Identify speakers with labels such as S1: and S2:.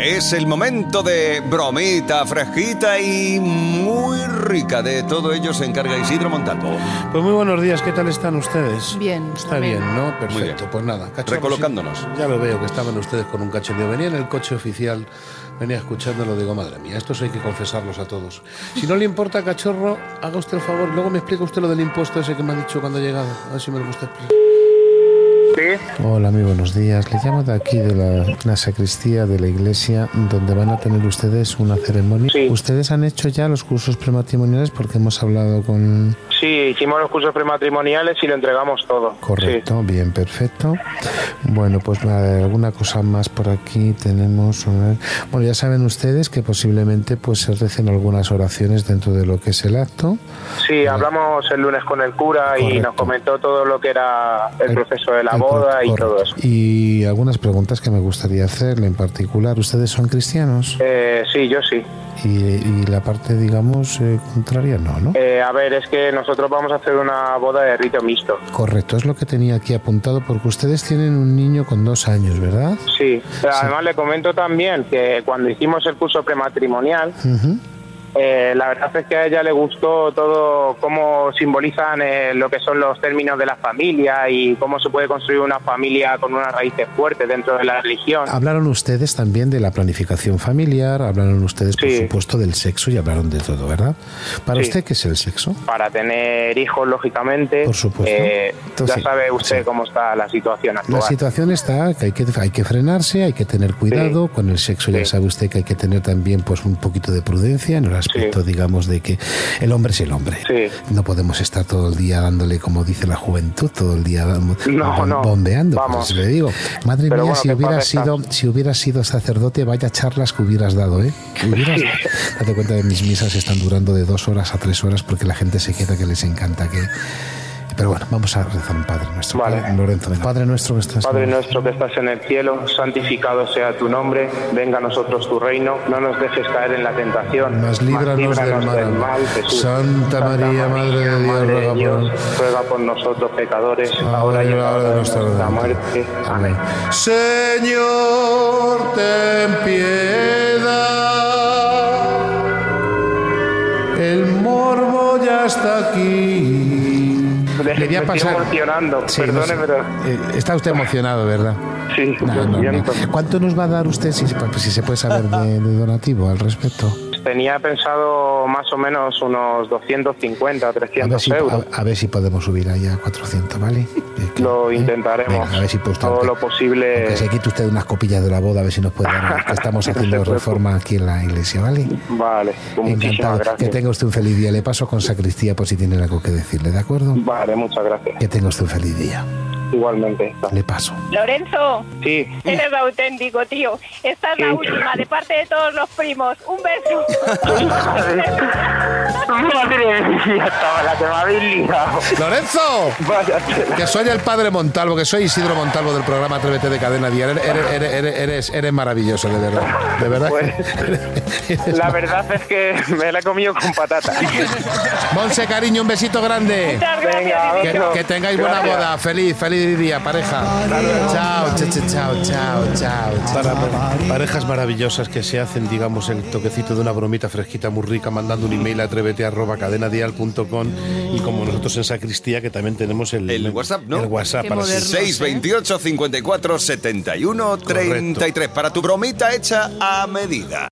S1: Es el momento de bromita fresquita y muy rica. De todo ello se encarga Isidro Montalvo.
S2: Pues muy buenos días, ¿qué tal están ustedes?
S3: Bien,
S2: Está
S3: amén.
S2: bien, ¿no? Perfecto,
S1: Muy bien.
S2: pues nada. cachorros.
S1: Recolocándonos.
S2: Ya lo veo, que estaban ustedes con un cachondeo. Venía en el coche oficial, venía escuchándolo, digo, madre mía, estos hay que confesarlos a todos. Si no le importa, cachorro, haga usted el favor, luego me explica usted lo del impuesto ese que me ha dicho cuando ha llegado. A ver si me lo gusta explicar.
S4: Sí,
S5: Hola, muy buenos días. Le llamo de aquí, de la, la sacristía de la iglesia, donde van a tener ustedes una ceremonia.
S4: Sí.
S5: Ustedes han hecho ya los cursos prematrimoniales porque hemos hablado con...
S4: sí, hicimos los cursos prematrimoniales y lo entregamos todo.
S5: Correcto, bien, perfecto. Bueno, pues nada, alguna cosa más por aquí tenemos. eh, Bueno, ya saben ustedes que posiblemente pues se recen algunas oraciones dentro de lo que es el acto.
S4: Sí, sí hablamos el lunes con el cura y
S5: Correcto.
S4: nos comentó todo lo que era el proceso de la
S5: El pro-
S4: boda y
S5: correcto.
S4: todo eso.
S5: Y algunas preguntas que me gustaría hacerle en particular. ¿Ustedes son cristianos?
S4: Eh, sí, yo sí.
S5: Y, y la parte, digamos, eh, contraria no, ¿no?
S4: Eh, a ver, es que nosotros vamos a hacer una boda de rito mixto.
S5: Correcto, es lo que tenía aquí apuntado porque ustedes tienen un niño con dos años, ¿verdad?
S4: Sí. Además le comento también que cuando hicimos el curso prematrimonial,
S5: Ujú.
S4: eh, la verdad es que a ella le gustó todo cómo simbolizan eh, lo que son los términos de la familia y cómo se puede construir una familia con unas raíces fuertes dentro de la religión.
S5: Hablaron ustedes también de la planificación familiar, hablaron ustedes, por
S4: Sí.
S5: supuesto, del sexo y hablaron de todo, ¿verdad? ¿Para
S4: Sí.
S5: usted qué es el sexo?
S4: para tener hijos, lógicamente.
S5: Por supuesto.
S4: Eh,
S5: Entonces,
S4: ya sabe usted
S5: sí.
S4: cómo está la situación actual.
S5: La situación está que hay que, hay que frenarse, hay que tener cuidado con el sexo. Ya
S4: Sí.
S5: sabe usted que hay que tener también pues un poquito de prudencia en el aspecto, digamos, de que el hombre es el hombre.
S4: Sí.
S5: No podemos estar todo el día dándole, como dice la juventud, todo el día dando-
S4: No,
S5: bom-
S4: no.
S5: bombeando. por
S4: Vamos.
S5: eso le digo, madre
S4: Pero
S5: mía,
S4: bueno,
S5: si
S4: que
S5: hubiera
S4: paz
S5: sido, si hubiera sido sacerdote, vaya charlas que hubieras dado, ¿eh? Hubieras- date cuenta de mis misas están durando de dos horas a tres horas porque la gente se queda que les encanta que. Pero bueno, vamos a rezar un Padre nuestro.
S4: Vale.
S5: Padre Lorenzo, venga. Padre nuestro que estás. en
S4: Padre
S5: el
S4: nuestro que estás en el cielo, santificado sea tu nombre, venga a nosotros tu reino, no nos dejes caer en la tentación.
S5: Mas líbranos del mal.
S4: Jesús.
S5: Santa María, Madre de Dios,
S4: Madre
S5: ruega por-
S4: ruega por nosotros pecadores,
S5: Ahora
S4: ahora y en la hora de
S5: nuestra
S4: nuestra
S5: muerte.
S4: muerte. Amén.
S2: Señor, ten piedad. El morbo ya está aquí.
S4: Le
S5: Le voy a pasar-
S4: Me estoy emocionando,
S5: Sí, no
S4: perdone,
S5: sé.
S4: pero...
S5: Eh, Está usted emocionado, ¿verdad?
S4: Sí,
S5: No,
S4: lo
S5: no, no.
S4: siento.
S5: ¿Cuánto nos va a dar usted, si, pues, si se puede saber, de, de donativo al respecto?
S4: Tenía pensado más o menos unos 250,
S5: A ver,
S4: 300
S5: si, a,
S4: euros.
S5: a ver si podemos subir allá a 400, ¿vale? Eh, que-
S4: Lo
S5: ¿eh?
S4: intentaremos.
S5: Venga, a ver si puede usted-
S4: todo lo posible.
S5: Que se quite usted unas copillas de la boda, a ver si nos puede ganar. que estamos
S4: No se
S5: haciendo
S4: preocupe.
S5: reforma aquí en la iglesia, ¿vale?
S4: Vale, pues muchísimas
S5: Encantado. Que
S4: gracias.
S5: tenga usted un feliz día. Le paso con sacristía por si tiene algo que decirle, ¿de acuerdo?
S4: Vale, muchas gracias.
S5: Que tenga usted un feliz día.
S4: Igualmente.
S5: Le paso.
S6: Lorenzo,
S4: Sí,
S6: eres auténtico, tío. Esta es la
S4: Sí.
S6: última, de parte de todos los primos. Un beso.
S4: Madre mía, estaba la que me habéis liado.
S2: ¡Lorenzo!
S4: Vaya tela.
S2: Que soy el padre Montalvo, que soy Isidro Montalvo del programa Atrévete de Cadena Día. Eres, eres, eres- eres- eres- eres maravilloso, de verdad. De verdad.
S4: Pues,
S2: Eres-
S4: La verdad es que me la he comido con patata.
S2: Monse, cariño, un besito grande.
S6: Muchas gracias.
S4: Venga,
S6: Isidro.
S2: Que,
S4: Bueno,
S2: que tengáis buena
S4: gracias.
S2: boda. Feliz, feliz día, pareja. Chao, chao, chao, chao, chao, chao. parejas maravillosas que se hacen, digamos, el toquecito de una bromita fresquita muy rica, mandando un email a atrévete arroba cadenadial.com y como nosotros en sacristía que también tenemos el,
S1: El WhatsApp, Eh, ¿no?
S2: El WhatsApp
S3: Qué
S2: para
S3: moderno.
S1: ¿eh? 628 54 71 33 para tu bromita hecha a medida.